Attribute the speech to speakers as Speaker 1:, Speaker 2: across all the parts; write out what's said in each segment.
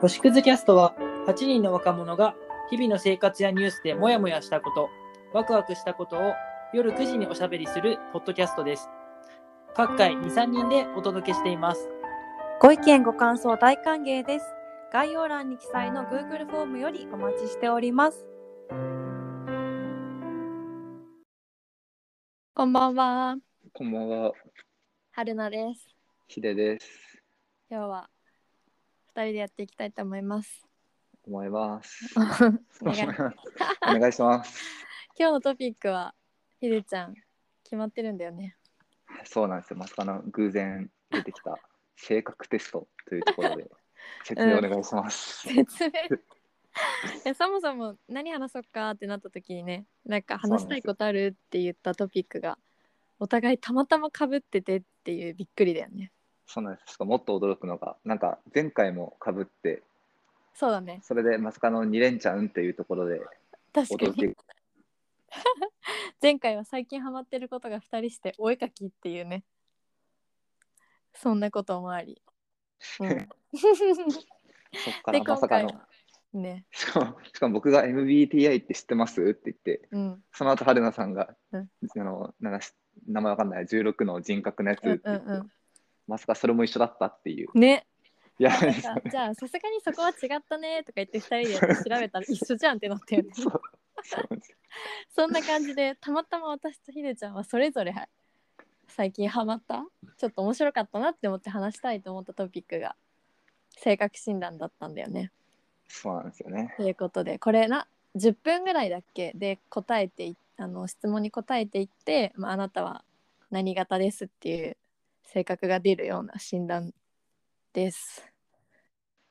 Speaker 1: 星屑キャストは8人の若者が日々の生活やニュースでモヤモヤしたこと、ワクワクしたことを夜9時におしゃべりするポッドキャストです。各回2、3人でお届けしています。
Speaker 2: ご意見ご感想大歓迎です。概要欄に記載の Google フォームよりお待ちしております。こんばんは、
Speaker 3: こんばんは、
Speaker 2: はるなです。
Speaker 3: ヒデです。
Speaker 2: 今日は二人でやっていきたいと思い ます。
Speaker 3: 思います。
Speaker 2: お
Speaker 3: お
Speaker 2: 願い今
Speaker 3: 願いします。
Speaker 2: 日のトピックはひでちゃん決まってるんだよね。
Speaker 3: そうなんですよ。まさかの偶然出てきた性格テストというとこ ろで説明お願いします。
Speaker 2: 説明。えそもそも何話そうかってなった時にねなんか話したいことあるって言ったトピックがお互いたまたま被っててっていうびっくりだよね
Speaker 3: そうなんです。しかももっと驚くのが、なんか前回もかぶって、
Speaker 2: そうだね
Speaker 3: それでまさかの2連チャンっていうところで
Speaker 2: 確か
Speaker 3: 驚
Speaker 2: に
Speaker 3: き、
Speaker 2: 前回は最近ハマってることが2人してお絵かきっていうねそんなこともあり、うん
Speaker 3: そこか
Speaker 2: で
Speaker 3: らまさかの
Speaker 2: 今。ね
Speaker 3: しかも、しかも僕が MBTI って知ってますって言って、
Speaker 2: うん
Speaker 3: その後春菜さんが、
Speaker 2: うん
Speaker 3: あのなんか名前わかんない16の人格のやつっ
Speaker 2: う
Speaker 3: て
Speaker 2: んう
Speaker 3: 言
Speaker 2: ん
Speaker 3: って、
Speaker 2: う
Speaker 3: まさかそれも一緒だったっていう。
Speaker 2: んね
Speaker 3: いや、
Speaker 2: なんかじゃあさすがにそこは違ったねとか言って2人でやって調べたら一緒じゃんってなった よね
Speaker 3: そうそうなんですよ
Speaker 2: そんな感じでたまたま私とひでちゃんはそれぞれはい最近ハマったちょっと面白かったなって思って話したいと思ったトピックが性格診断だったんだよね。
Speaker 3: そうなんですよ ね。
Speaker 2: ということでこれな10分ぐらいだっけで答えていあの質問に答えていって、まあ、あなたは何型ですっていう性格が出るような診断です。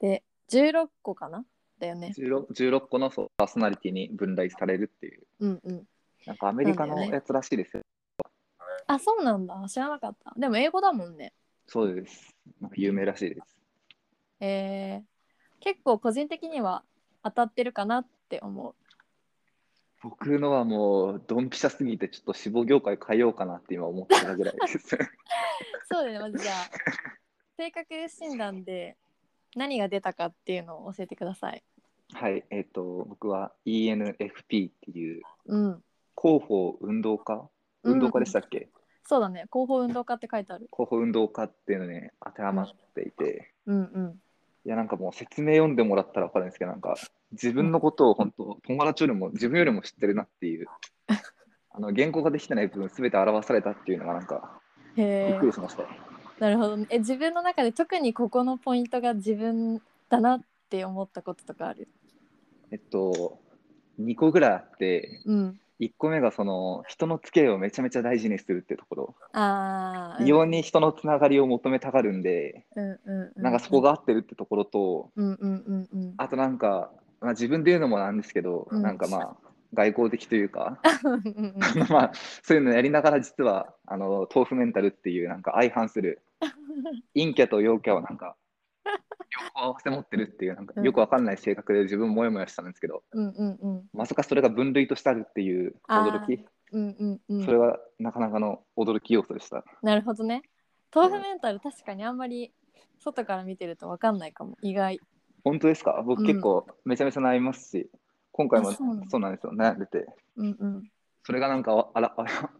Speaker 2: で16個かなだよね。
Speaker 3: 16, 16個のそうパーソナリティに分類されるっていう、
Speaker 2: うんうん。
Speaker 3: なんかアメリカのやつらしいですよ。
Speaker 2: あそうなんだ知らなかった。でも英語だもんね。
Speaker 3: そうです。なんか有名らしいです。
Speaker 2: えー結構個人的には当たってるかなって思う。
Speaker 3: 僕のはもうドンピシャすぎて、ちょっと志望業界変えようかなって今思ってたぐらい です。
Speaker 2: そうだね、まずじゃあ、性格診断で何が出たかっていうのを教えてください。
Speaker 3: はい、えっ、と、僕は ENFP っていう
Speaker 2: うん。
Speaker 3: 広報運動家運動家でしたっけ、
Speaker 2: そうだね、広報運動家って書いてある。
Speaker 3: 広報運動家っていうのに当てはまっていて、
Speaker 2: うんうん。
Speaker 3: いやなんかもう説明読んでもらったら分かるんですけどなんか自分のことを本当友達よりも自分よりも知ってるなっていうあの原稿ができてない部分全て表されたっていうのがなんかび
Speaker 2: へ
Speaker 3: っく
Speaker 2: え
Speaker 3: り、しました、
Speaker 2: なるほど、ね。え、自分の中で特にここのポイントが自分だなって思ったこととかある。
Speaker 3: えっと2個ぐらいあって
Speaker 2: うん。
Speaker 3: 1個目がその人の付き合いをめちゃめちゃ大事にするっていうところ
Speaker 2: ああ。
Speaker 3: 異様に人のつながりを求めたがるんで
Speaker 2: うんうんうん。
Speaker 3: なんかそこ。が合ってるってところと
Speaker 2: うんうんうんうん。
Speaker 3: あとなんか、まあ、自分で言うのもなんですけど、
Speaker 2: うん
Speaker 3: なんかまあ外交的というか
Speaker 2: うんうんうん
Speaker 3: あの まあそういうのやりながら実はあの豆腐メンタルっていうなんか相反 する陰キャと陽キャをなんか両方合わせ持ってるっていうなんか
Speaker 2: うん
Speaker 3: よくわかんない性格で自分もやもやしたんですけど、
Speaker 2: うんうんうん。
Speaker 3: まさかそれが分類としてあるっていう驚き、
Speaker 2: うんうんうん
Speaker 3: それはなかなかの驚き要素でした。
Speaker 2: なるほどね。豆腐メンタル確かにあんまり外から見てると分かんないかも意外。
Speaker 3: 本当ですか
Speaker 2: う
Speaker 3: 僕
Speaker 2: ん
Speaker 3: 結構めちゃめちゃ悩みますし、今回も
Speaker 2: あそ
Speaker 3: そう
Speaker 2: なんだ
Speaker 3: うなんですよ悩んでて
Speaker 2: うんうん。
Speaker 3: それがなんかあらあら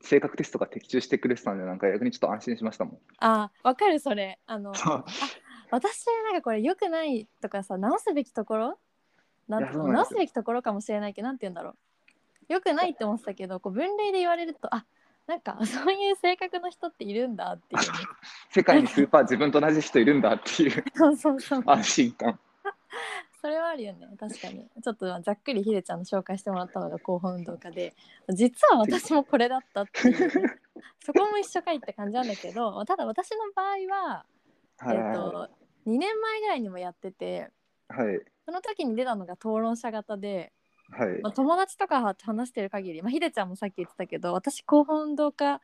Speaker 3: 性格テストが的中してくれてたんでなんか逆にちょっと安心しました もん。
Speaker 2: あー分かるそれ。あの
Speaker 3: そう
Speaker 2: 私なんかこれ良くないとかさ直すべきところなん
Speaker 3: いやそうなんですよ
Speaker 2: 直すべきところかもしれないけどなんて言うんだろう。良くないって思ってたけどこう分類で言われるとあなんか そういう性格の人っているんだ っていうね、
Speaker 3: 世界にスーパー自分と同じ人いるんだっていう。
Speaker 2: そうそうそう
Speaker 3: 安心感。
Speaker 2: それはあるよね確かにちょっとまあざっくりひでちゃんの紹介してもらったのが広報運動家で実は私もこれだったっていう ねそこも一緒かいって感じなんだけどただ私の場合は、
Speaker 3: はいはい
Speaker 2: えっ
Speaker 3: は
Speaker 2: と2年前ぐらいにもやってて
Speaker 3: い。はい
Speaker 2: その時に出たのが討論者型で、
Speaker 3: はい
Speaker 2: まあ、友達とかと話してる限り、まあ、ひでちゃんもさっき言ってたけど私広報運動家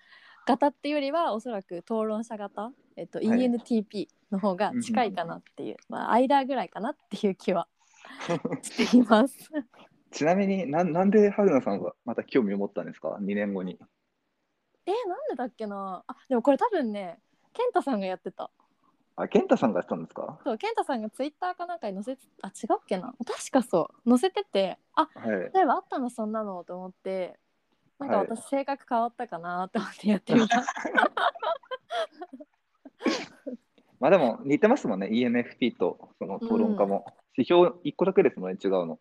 Speaker 2: 型っていうよりはおそらく討論者型、えっと、
Speaker 3: い
Speaker 2: ENTP の方が近いかなっていう、まあ、間ぐらいかなっていう 気はしています。
Speaker 3: ちなみにななんで春菜さんはまた興味を持ったんですか2年後に。
Speaker 2: えーなんでだっけなあでもこれ多分ね健太さんがやってた
Speaker 3: あ、健太さんがやってたんですか
Speaker 2: そう健太さんがツイッターかなんかに載せてあ違うっけな確かそう載せててあ
Speaker 3: はい。
Speaker 2: 例えばあったのそんなのと思ってなんか
Speaker 3: はい
Speaker 2: 私性格変わったかなと思ってやってみた、
Speaker 3: まあでも似てますもんね、ENFP とその討論家も。指標1個だけですもんね、違うの。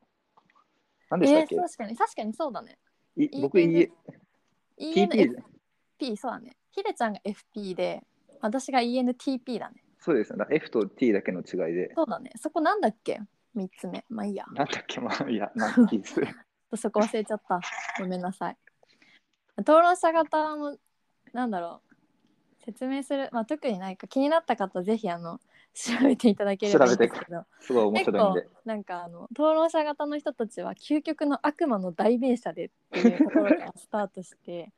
Speaker 3: 何でした
Speaker 2: え
Speaker 3: っけ、
Speaker 2: ー確かに確かにそうだね
Speaker 3: い僕、
Speaker 2: ENFP
Speaker 3: ENFP じ
Speaker 2: ENFP そ
Speaker 3: ゃん
Speaker 2: うだねひでちゃんが FP で私が ENTP だね
Speaker 3: そうですね、だから F と T だけの違いで。
Speaker 2: そうだねそこなんだっけ3つ目まあいいや
Speaker 3: なんだっけ、まあ、いや、なんていい です。
Speaker 2: そこ忘れちゃった。ごめんなさい。討論者方も、なんだろう、説明する、まあ、特にないか気になった方、ぜひあの調べていただければいいんですけど、
Speaker 3: すごい面
Speaker 2: 結
Speaker 3: 白いん
Speaker 2: 構
Speaker 3: で。、
Speaker 2: なんかあの、討論者方の人たちは、究極の悪魔の代弁者でっていうところからスタートして、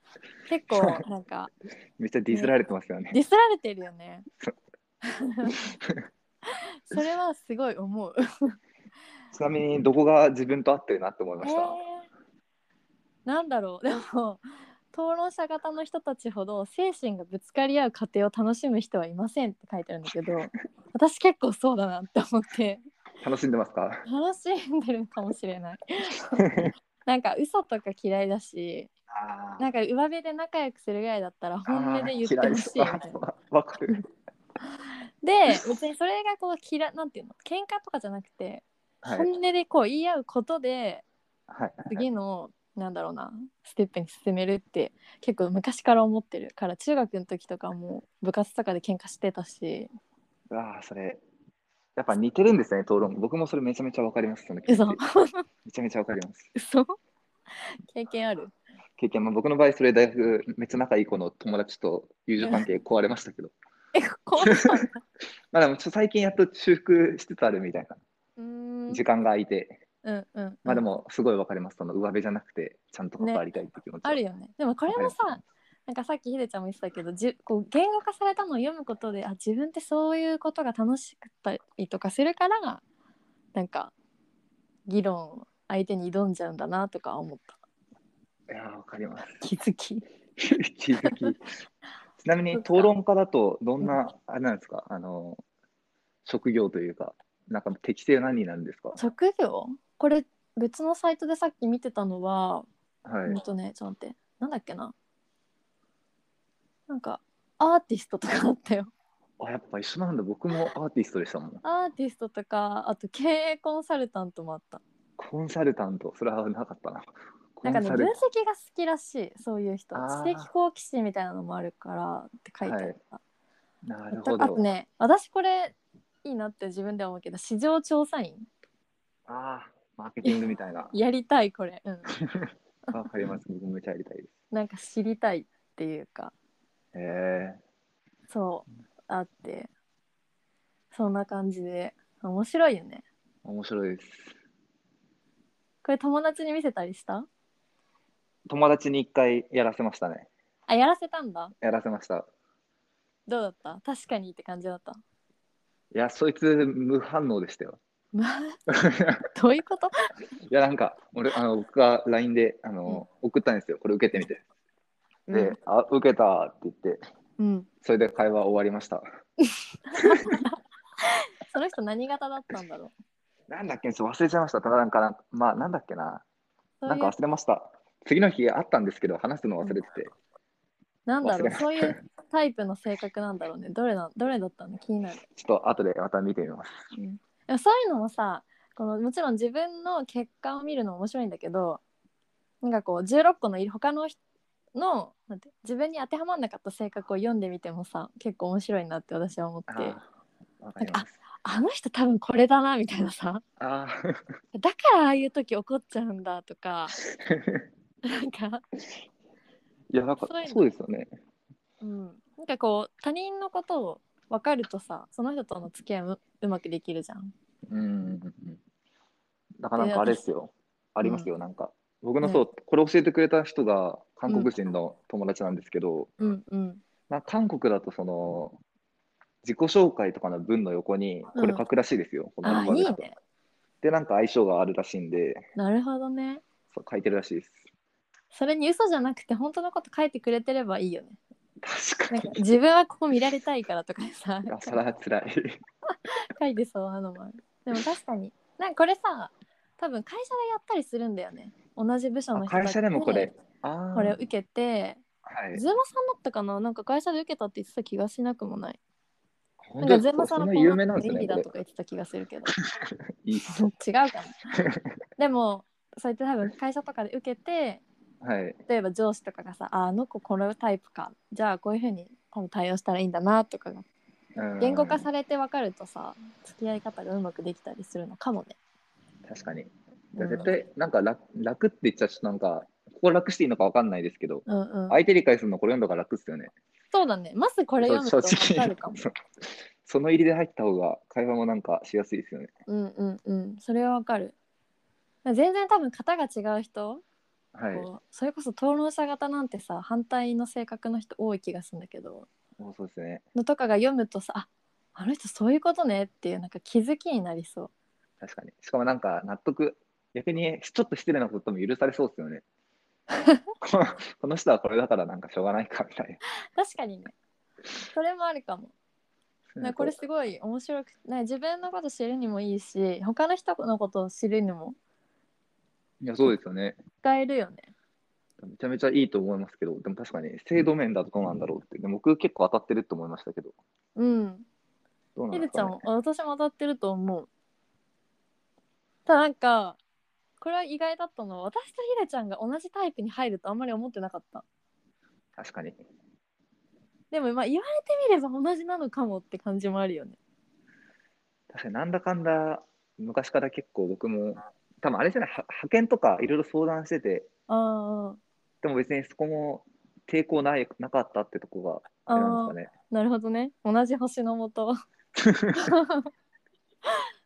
Speaker 2: 結構、なんか、
Speaker 3: めっちゃディスられてますよね。
Speaker 2: ディスられてるよね。それはすごい思う。
Speaker 3: ちなみに、どこが自分と合ってるなって思いました。
Speaker 2: えーなんだろうでも討論者型の人たちほど精神がぶつかり合う過程を楽しむ人はいませんって書いてあるんだけど私結構そうだなって思って
Speaker 3: 楽しんでますか
Speaker 2: 楽しんでるかもしれないなんか嘘とか嫌いだし
Speaker 3: あ
Speaker 2: なんか上辺で仲良くするぐらいだったら本音で言ってほしいみたいな
Speaker 3: わかる。
Speaker 2: で別にそれがこう嫌なんていうの喧嘩とかじゃなくて、
Speaker 3: はい。
Speaker 2: 本音でこう言い合うことで
Speaker 3: はい、
Speaker 2: 次のなんだろうなステップに進めるって結構昔から思ってるから中学の時とかも部活とかで喧嘩してたし
Speaker 3: ああ、それ。やっぱ似てるんですね、討論。僕もそれめちゃめちゃわかります。その気持ち
Speaker 2: 嘘
Speaker 3: めちゃめちゃわかります。
Speaker 2: 嘘経験 ある
Speaker 3: 経験、まあ、僕の場合、それ大学、めっちゃ仲いい子の友達と友情関係壊れましたけど、
Speaker 2: えこうしたの
Speaker 3: まあでもちょっと最近やっと修復しつつあるみたいな、
Speaker 2: うーん
Speaker 3: 時間が空いて、
Speaker 2: うんうんうん
Speaker 3: まあでもすごいわかります、その上辺じゃなくて、ちゃんと関わりたいって気持ちは、
Speaker 2: あるよねでもこれも
Speaker 3: わか
Speaker 2: さなんかさっきひでちゃんも言ってたけどじゅこう言語化されたのを読むことであ自分ってそういうことが楽しかったりとかするからなんか議論相手に挑んじゃうんだなとか思った
Speaker 3: いやー、わかります。
Speaker 2: 気づき
Speaker 3: 気づき。 ちなみに、討論家だと、どんな、あれなんですか、あの、職業というか、なんか適性は何なんですか
Speaker 2: 職業これ別のサイトでさっき見てたのは、
Speaker 3: は
Speaker 2: ほん
Speaker 3: い。
Speaker 2: とねちょっと待ってなんだっけななんかアーティストとかあったよ
Speaker 3: あ、やっぱ一緒なんだ、僕もアーティストでしたもん。
Speaker 2: アーティストとかあと経営コンサルタントもあった
Speaker 3: コンサルタント、それはなかったな。コ
Speaker 2: なん
Speaker 3: ンサ
Speaker 2: かね
Speaker 3: ル
Speaker 2: 分析が好きらしいそういう人
Speaker 3: あー
Speaker 2: 知的好奇心みたいなのもあるからって書いてあった、
Speaker 3: な
Speaker 2: あ
Speaker 3: る
Speaker 2: と
Speaker 3: ほ
Speaker 2: あと
Speaker 3: ど。
Speaker 2: ね私これいいなって自分では思うけど市場調査員
Speaker 3: ああ、マーケティングみたいな。
Speaker 2: やりたいこれ、うん、
Speaker 3: わかります。僕もめっちゃやりたいです。
Speaker 2: なんか知りたいっていうか
Speaker 3: へえ
Speaker 2: そうあってそんな感じで面白いよね
Speaker 3: 面白いです。
Speaker 2: これ友達に見せたりした
Speaker 3: 友達に一回やらせましたね。
Speaker 2: あやらせたんだ
Speaker 3: やらせました。
Speaker 2: どうだった確かにって感じだった
Speaker 3: いや、そいつ無反応でしたよ。
Speaker 2: まあどういうこと
Speaker 3: いや、なんか、俺、あの、僕が LINE で、あの、送ったんですよ。これ受けてみて。で、
Speaker 2: うん
Speaker 3: あ、受けたって言って、
Speaker 2: うん
Speaker 3: それで会話終わりました。
Speaker 2: その人何型だったんだろ
Speaker 3: なんだっけ、ちょっと忘れちゃいました。ただ、なんか、なんかまあ、なんだっけな。
Speaker 2: うそう
Speaker 3: なん
Speaker 2: い
Speaker 3: か
Speaker 2: う
Speaker 3: 忘れました。次の日あったんですけど、話すの忘れてて。
Speaker 2: なんだろ
Speaker 3: 忘れ
Speaker 2: うそういうタイプの性格なんだろうねどれなどれだったの気になる、
Speaker 3: ちょっと後でまた見てみます。
Speaker 2: うん、でもそういうのもさこのもちろん自分の結果を見るのも面白いんだけどなんかこう16個のい他の人のなんて自分に当てはまんなかった性格を読んでみてもさ結構面白いなって私は思って
Speaker 3: あーわかります。
Speaker 2: あの人多分これだなみたいなさ
Speaker 3: ああ。
Speaker 2: だからああいう時怒っちゃうんだとかなんか、
Speaker 3: いや、なんか
Speaker 2: そういうの
Speaker 3: そうですよね。
Speaker 2: うん、なんかこう他人のことを分かるとさその人との付き合いもうまくできるじゃん。
Speaker 3: うんうんうん。なかなかあれですよ。ありますよ、なんか。僕の
Speaker 2: ね
Speaker 3: そう、これ教えてくれた人が韓国人の友達なんですけど、
Speaker 2: うんうん
Speaker 3: まあ、韓国だとその、自己紹介とかの文の横に、これ書くらしいですよ、このア
Speaker 2: あ
Speaker 3: ル
Speaker 2: あ
Speaker 3: ファ
Speaker 2: い
Speaker 3: ベ
Speaker 2: い
Speaker 3: ット
Speaker 2: ね。
Speaker 3: で、なんか相性があるらしいんで、
Speaker 2: なるほどね。
Speaker 3: そう書いてるらしいです。
Speaker 2: それに嘘じゃなくて本当のこと書いてくれてればいいよね。
Speaker 3: 確か
Speaker 2: なんか
Speaker 3: に。
Speaker 2: 自分はここ見られたいからとかさ
Speaker 3: いやそれは辛い。
Speaker 2: 書いてそうなのもあるでも確かになんかこれさ多分会社でやったりするんだよね同じ部署の人たち
Speaker 3: 会社でもこれ。ああ。
Speaker 2: これを受けて
Speaker 3: はい。
Speaker 2: ズーマさんだったかななんか会社で受けたって言ってた気がしなくもないな
Speaker 3: 本
Speaker 2: ん
Speaker 3: 当
Speaker 2: か
Speaker 3: に
Speaker 2: ズーマさんのこ
Speaker 3: そんな有名なんです
Speaker 2: 便
Speaker 3: ね。
Speaker 2: 利だ
Speaker 3: こと
Speaker 2: か言
Speaker 3: れ
Speaker 2: ってた気がするけど
Speaker 3: いいっす
Speaker 2: 違うか なでもそうやって多分会社とかで受けて
Speaker 3: はい。
Speaker 2: 例えば上司とかがさああの子このタイプかじゃあこういうふうに多分対応したらいいんだなとかが
Speaker 3: うん
Speaker 2: 言語化されて分かるとさ付き合い方がうまくできたりするのかもね。
Speaker 3: 確かに。
Speaker 2: うん
Speaker 3: 絶対、なんか楽楽って言っちゃうと、なんか、ここ楽していいのかわかんないですけど、
Speaker 2: うんうん、
Speaker 3: 相手理解するのこれ読んだから楽っすよね。
Speaker 2: そうだねまずこれ読むと
Speaker 3: そう
Speaker 2: 分かるかも。
Speaker 3: そうその入りで入った方が会話もなんかしやすいですよね。
Speaker 2: うんうんうんそれは分かる。全然多分型が違う人、
Speaker 3: はい。
Speaker 2: こうそれこそ討論者型なんてさ反対の性格の人多い気がするんだけど
Speaker 3: もうそうですね。
Speaker 2: のとかが読むとさああの人そういうことねっていうなんか気づきになりそう。
Speaker 3: 確かに。しかもなんか納得、逆にちょっと失礼なことも許されそうですよね。 このこの人はこれだからなんかしょうがないかみたい
Speaker 2: 確かにねそれもあるかも。
Speaker 3: な。
Speaker 2: ね、これすごい面白くね自分のこと知るにもいいし他の人のことを知るにも
Speaker 3: いや、そうですよね。
Speaker 2: 使えるよね。
Speaker 3: めちゃめちゃいいと思いますけど、でも確かに制度面だとどうなんだろうって、で僕結構当たってると思いましたけど、
Speaker 2: うん。
Speaker 3: どうな
Speaker 2: ひ
Speaker 3: ん
Speaker 2: る
Speaker 3: です
Speaker 2: ちゃ
Speaker 3: か
Speaker 2: ん
Speaker 3: ね
Speaker 2: も。私も当たってると思う。ただなんかこれは意外だったのは私とひるちゃんが同じタイプに入るとあんまり思ってなかった。
Speaker 3: 確かに。
Speaker 2: でもまあ言われてみれば同じなのかもって感じもあるよね。
Speaker 3: 確かになんだかんだ、昔から結構僕も、多分あれじゃない、は派遣とかいろいろ相談してて、
Speaker 2: あー
Speaker 3: でも別にそこも抵抗ないなかったってとこがあれなんですかね。
Speaker 2: なるほどね同じ星のもと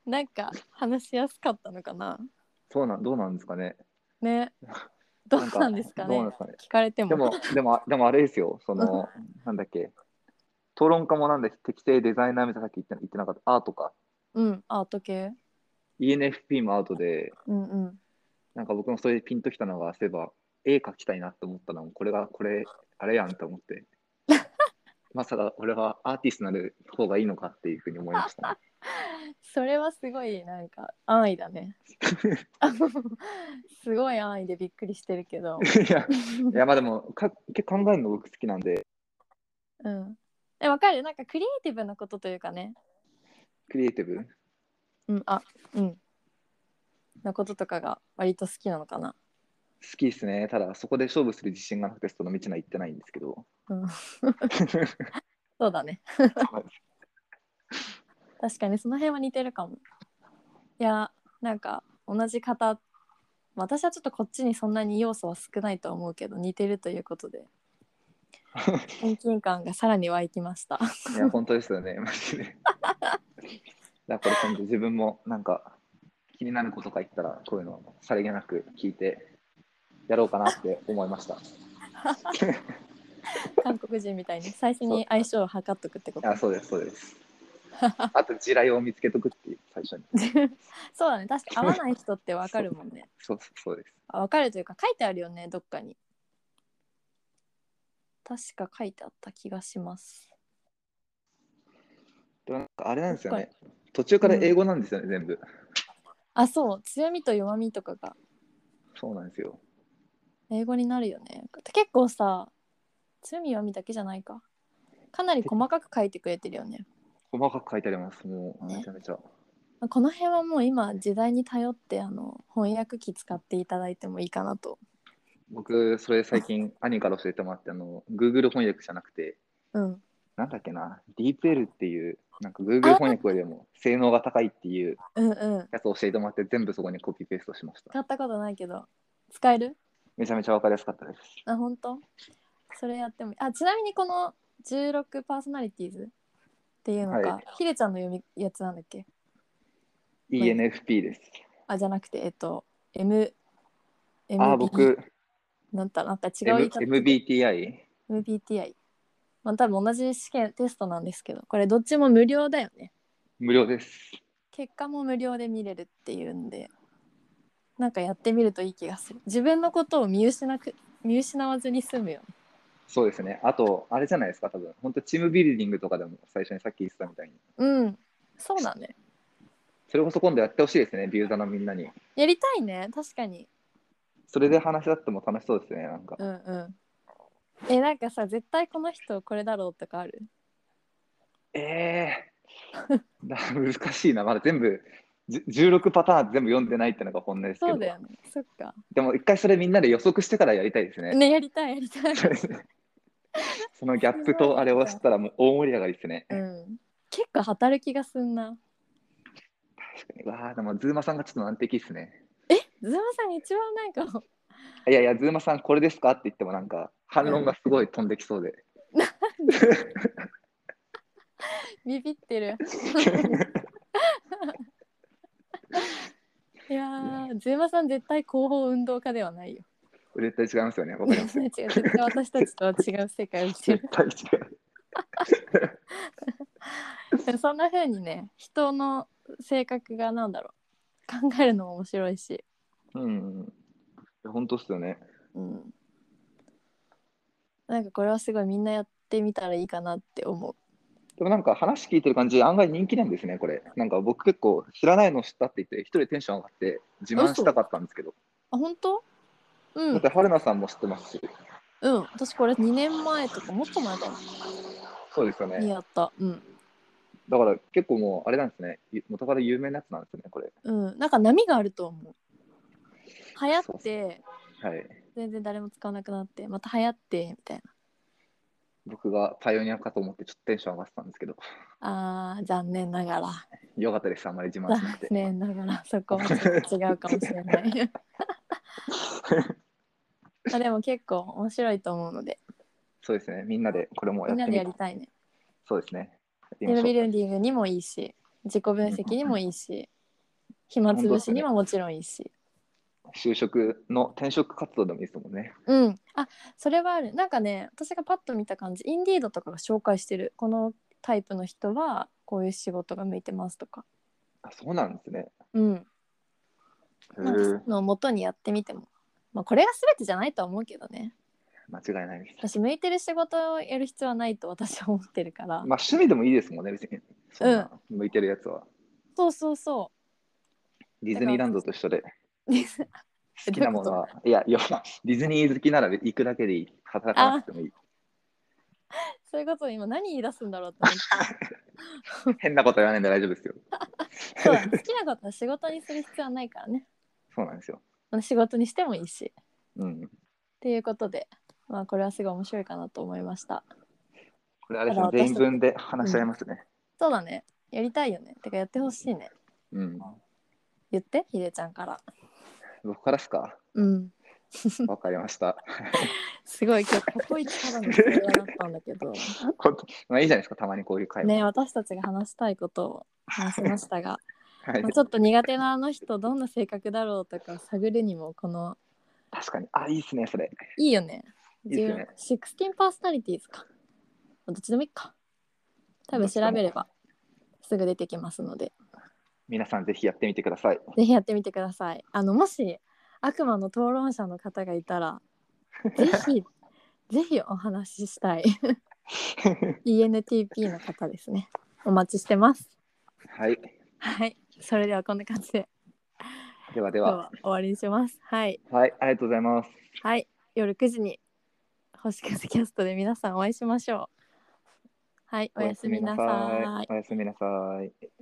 Speaker 2: なんか話しやすかったのかな
Speaker 3: そうなんどうなんですかね。
Speaker 2: ねどうなんですか
Speaker 3: どうな
Speaker 2: ね
Speaker 3: んですかね。
Speaker 2: 聞かれても
Speaker 3: でも、でも、でもあれですよ、その、なんだっけ、討論家もなんだっけ、適正デザイナーみたいなさっき言って言ってなかった、アートか、
Speaker 2: うんアート系
Speaker 3: ENFP もアートで、
Speaker 2: うんうん
Speaker 3: なんか僕もそれでピンときたのが、そういえば、絵描きたいなと思ったのも、これが、これ、あれやんと 思って、まさか俺はアーティストになる方がいいのかっていうふうに思いました、ね。
Speaker 2: それはすごいなんか安易だね すごい安易でびっくりしてるけど、
Speaker 3: いや、いやまあでもか、結構考えるの僕好きなんで、
Speaker 2: うん、えわかるなんかクリエイティブなことというかね
Speaker 3: クリエイティブ
Speaker 2: うんあうんなこととかが割と好きなのかな
Speaker 3: 好きですね。ただ、そこで勝負する自信がなくて、その道には行ってないんですけど。
Speaker 2: うんそうだね確かにその辺は似てるかもいやなんか同じ方私はちょっとこっちにそんなに要素は少ないと思うけど似てるということ で親近感がさらに湧きました
Speaker 3: いや、本当ですよね、 マジで。だから、今度自分もなんか気になることか言ったら、こういうのをさりげなく聞いてやろうかなって思い ました。
Speaker 2: 韓国人みたいに最初に相性を測っとくってこと
Speaker 3: あ、そうです、そうです。あと、地雷を見つけとくっていう、最初に。
Speaker 2: そうだね確か合わない人ってわかるもんね
Speaker 3: そうそうそうです。
Speaker 2: あわかるというか書いてあるよねどっかに確か書いてあった気がします
Speaker 3: でもなんかあれなんですよね。途中から英語なんですよね、全部。
Speaker 2: あそう強みと弱みとかが
Speaker 3: そうなんですよ。
Speaker 2: 英語になるよね結構さ強み弱みだけじゃないかかなり細かく書いてくれてるよね
Speaker 3: 細かく書いてあります。もう、
Speaker 2: ね
Speaker 3: めちゃめちゃ。
Speaker 2: まあこの辺はもう今時代に頼ってあの翻訳機使っていただいてもいいかなと
Speaker 3: 僕、それ 最近、兄から教えてもらって、あの、Google 翻訳じゃなくて、
Speaker 2: うん
Speaker 3: なんだっけな、DeepL っていう、なんか Google 翻訳よりも性能が高いっていう
Speaker 2: うんうん
Speaker 3: やつを教えてもらって、全部そこにコピペーストしました。
Speaker 2: 使ったことないけど使える
Speaker 3: めちゃめちゃわかりやすかったです。
Speaker 2: あ本当それやってもいいあちなみにこの16パーソナリティーズっていうのが、
Speaker 3: はい
Speaker 2: ひでちゃんの読みやつなんだっけ
Speaker 3: ENFP です。
Speaker 2: あじゃなくてえっと M, M
Speaker 3: ああ、僕、
Speaker 2: なんたなんか違う
Speaker 3: M-
Speaker 2: 言い
Speaker 3: MBTI。
Speaker 2: 方 MBTI まあ多分同じ試験テストなんですけどこれどっちも無料だよね
Speaker 3: 無料です。
Speaker 2: 結果も無料で見れるっていうんでなんかやってみるといい気がする自分のことを見失く見失わずに済むよね
Speaker 3: そうですね。あと、あれじゃないですか、多分。本当チームビルディングとかでも最初にさっき言ってたみたいに。
Speaker 2: うんそうだね
Speaker 3: それこそ今度やってほしいですね、ビューザーのみんなに。
Speaker 2: やりたいね確かに
Speaker 3: それで話し合っても楽しそうですね、なんか。
Speaker 2: うんうんえなんかさ絶対この人これだろうとかある
Speaker 3: ええー な難しいな、まだ全部、じ16パターン全部読んでないってのが本音ですけ
Speaker 2: そ
Speaker 3: ど。
Speaker 2: うだよねそっか
Speaker 3: でも一回それみんなで予測してからやりたいですね。
Speaker 2: ねやりたいやりたい
Speaker 3: そのギャップとあれを知ったらもう大盛り上がりですね。
Speaker 2: うん結構働きがすんな
Speaker 3: 確かに。わあ、でもズーマさんがちょっと難敵ですね。
Speaker 2: ズマさん一番なんか
Speaker 3: いやいや、ズーマさんこれですかって言ってもなんか反論がすごい飛んできそ うで。
Speaker 2: ビビってるいやーズマさん絶対広報運動家ではないよ
Speaker 3: 絶対違いますよね。わかります
Speaker 2: 違う
Speaker 3: よ。
Speaker 2: 違う絶対私たちとは違う世界を知る
Speaker 3: 絶対違う。
Speaker 2: でもそんな風にね人の性格がなんだろう考えるのも面白いし、
Speaker 3: うん、うん。いや本当っすよね。
Speaker 2: うん、なんかこれはすごいみんなやってみたらいいかなって思う
Speaker 3: でもなんか話聞いてる感じ、案外人気なんですね、これ。なんか僕結構知らないの知ったって言って、一人テンション上がって自慢したかったんですけど。
Speaker 2: あ本当う
Speaker 3: だっ
Speaker 2: ん
Speaker 3: て春菜さんも知ってますし。
Speaker 2: うん私これ2年前とかもっと前か
Speaker 3: そうですよ
Speaker 2: な
Speaker 3: ね。
Speaker 2: にやったうん
Speaker 3: だから結構もうあれなんですね、ゆ元から有名なやつなんですね、これ。
Speaker 2: うんなんか波があると思う流行
Speaker 3: そう
Speaker 2: っ
Speaker 3: そ
Speaker 2: て
Speaker 3: はい。
Speaker 2: 全然誰も使わなくなってまた流行ってみたい
Speaker 3: 僕がパイオニアかと思ってちょっとテンション上がってたんですけど、
Speaker 2: なあー残念ながら
Speaker 3: よかったです、あんまり自慢しなく
Speaker 2: 残
Speaker 3: て。
Speaker 2: 念ながらそこはちょっと違うかもしれない あでも結構面白いと思うので
Speaker 3: そうですね、みんなでこれも
Speaker 2: み
Speaker 3: や
Speaker 2: んな
Speaker 3: って
Speaker 2: で
Speaker 3: み
Speaker 2: や
Speaker 3: る
Speaker 2: り。たいね
Speaker 3: そうですね。
Speaker 2: テ
Speaker 3: や
Speaker 2: ーブ
Speaker 3: って
Speaker 2: ビ
Speaker 3: みましょう
Speaker 2: ルディングにもいいし自己分析にもいいし暇つぶしにももちろんいいし
Speaker 3: 就職の転職活動でもいいですもんね。
Speaker 2: うんあそれはあるなんかね私がパッと見た感じインディードとかが紹介してるこのタイプの人はこういう仕事が向いてますとか
Speaker 3: あそうなんですね。
Speaker 2: うん
Speaker 3: へ
Speaker 2: なんかそうい
Speaker 3: ー
Speaker 2: うのを元にやってみてもまあこれが全てじゃないとは思うけどね
Speaker 3: 間違いないです。
Speaker 2: 私向いてる仕事をやる必要はないと私は思ってるから、
Speaker 3: まあ趣味でもいいですもんね、別に。そんな向いてるやつは。
Speaker 2: そうそうそ
Speaker 3: ディズニーランドと一緒で。
Speaker 2: うです
Speaker 3: 好きなものは、いや、いや、ディズニー好きなら行くだけでいい。働かなくてもいい。
Speaker 2: そういうことを今何言い出すんだろうと思って
Speaker 3: 変なこと言わないんで大丈夫ですよ。
Speaker 2: そうだね好きなことは仕事にする必要はないからね
Speaker 3: そうなんですよ。
Speaker 2: まあ仕事にしてもいいしっ
Speaker 3: うん。
Speaker 2: ていうことで、まあ、これはすごい面白いかなと思いました
Speaker 3: これあれですね
Speaker 2: ただ、
Speaker 3: 全
Speaker 2: 私
Speaker 3: 員
Speaker 2: たち
Speaker 3: 分で話し合いますね。
Speaker 2: そうだねやりたいよねてかやってほしいね
Speaker 3: うん。
Speaker 2: 言ってひでちゃんから
Speaker 3: 僕からですか。
Speaker 2: うん
Speaker 3: わかりました。
Speaker 2: すごい今日ここ一からの会話だったんだけど
Speaker 3: ほんとまあいいじゃないですか、たまにこういう会話。
Speaker 2: ね私たちが話したいことを話しましたが
Speaker 3: はい
Speaker 2: まあ、ちょっと苦手なあの人どんな性格だろうとか探るにもこの
Speaker 3: 確かに。あ、いいですね、それ。
Speaker 2: いいよね。
Speaker 3: いいですね
Speaker 2: 16パーソナリティーズか。どっちでもいいか。多分調べればすぐ出てきますので、
Speaker 3: 皆さんぜひやってみてください。
Speaker 2: ぜひやってみてください。あのもし悪魔の討論者の方がいた ら、ぜひぜひお話しした い。ENTP の方ですね。お待ちしてます。
Speaker 3: はい。
Speaker 2: はい。それではこんな感じで
Speaker 3: ではで
Speaker 2: 今日
Speaker 3: は。
Speaker 2: は終わりにします。はい。
Speaker 3: はい、ありがとうございます。
Speaker 2: はい、夜9時に星屑キャストで皆さんお会いしましょう。はい、おやすみなさい。
Speaker 3: おやすみなさい。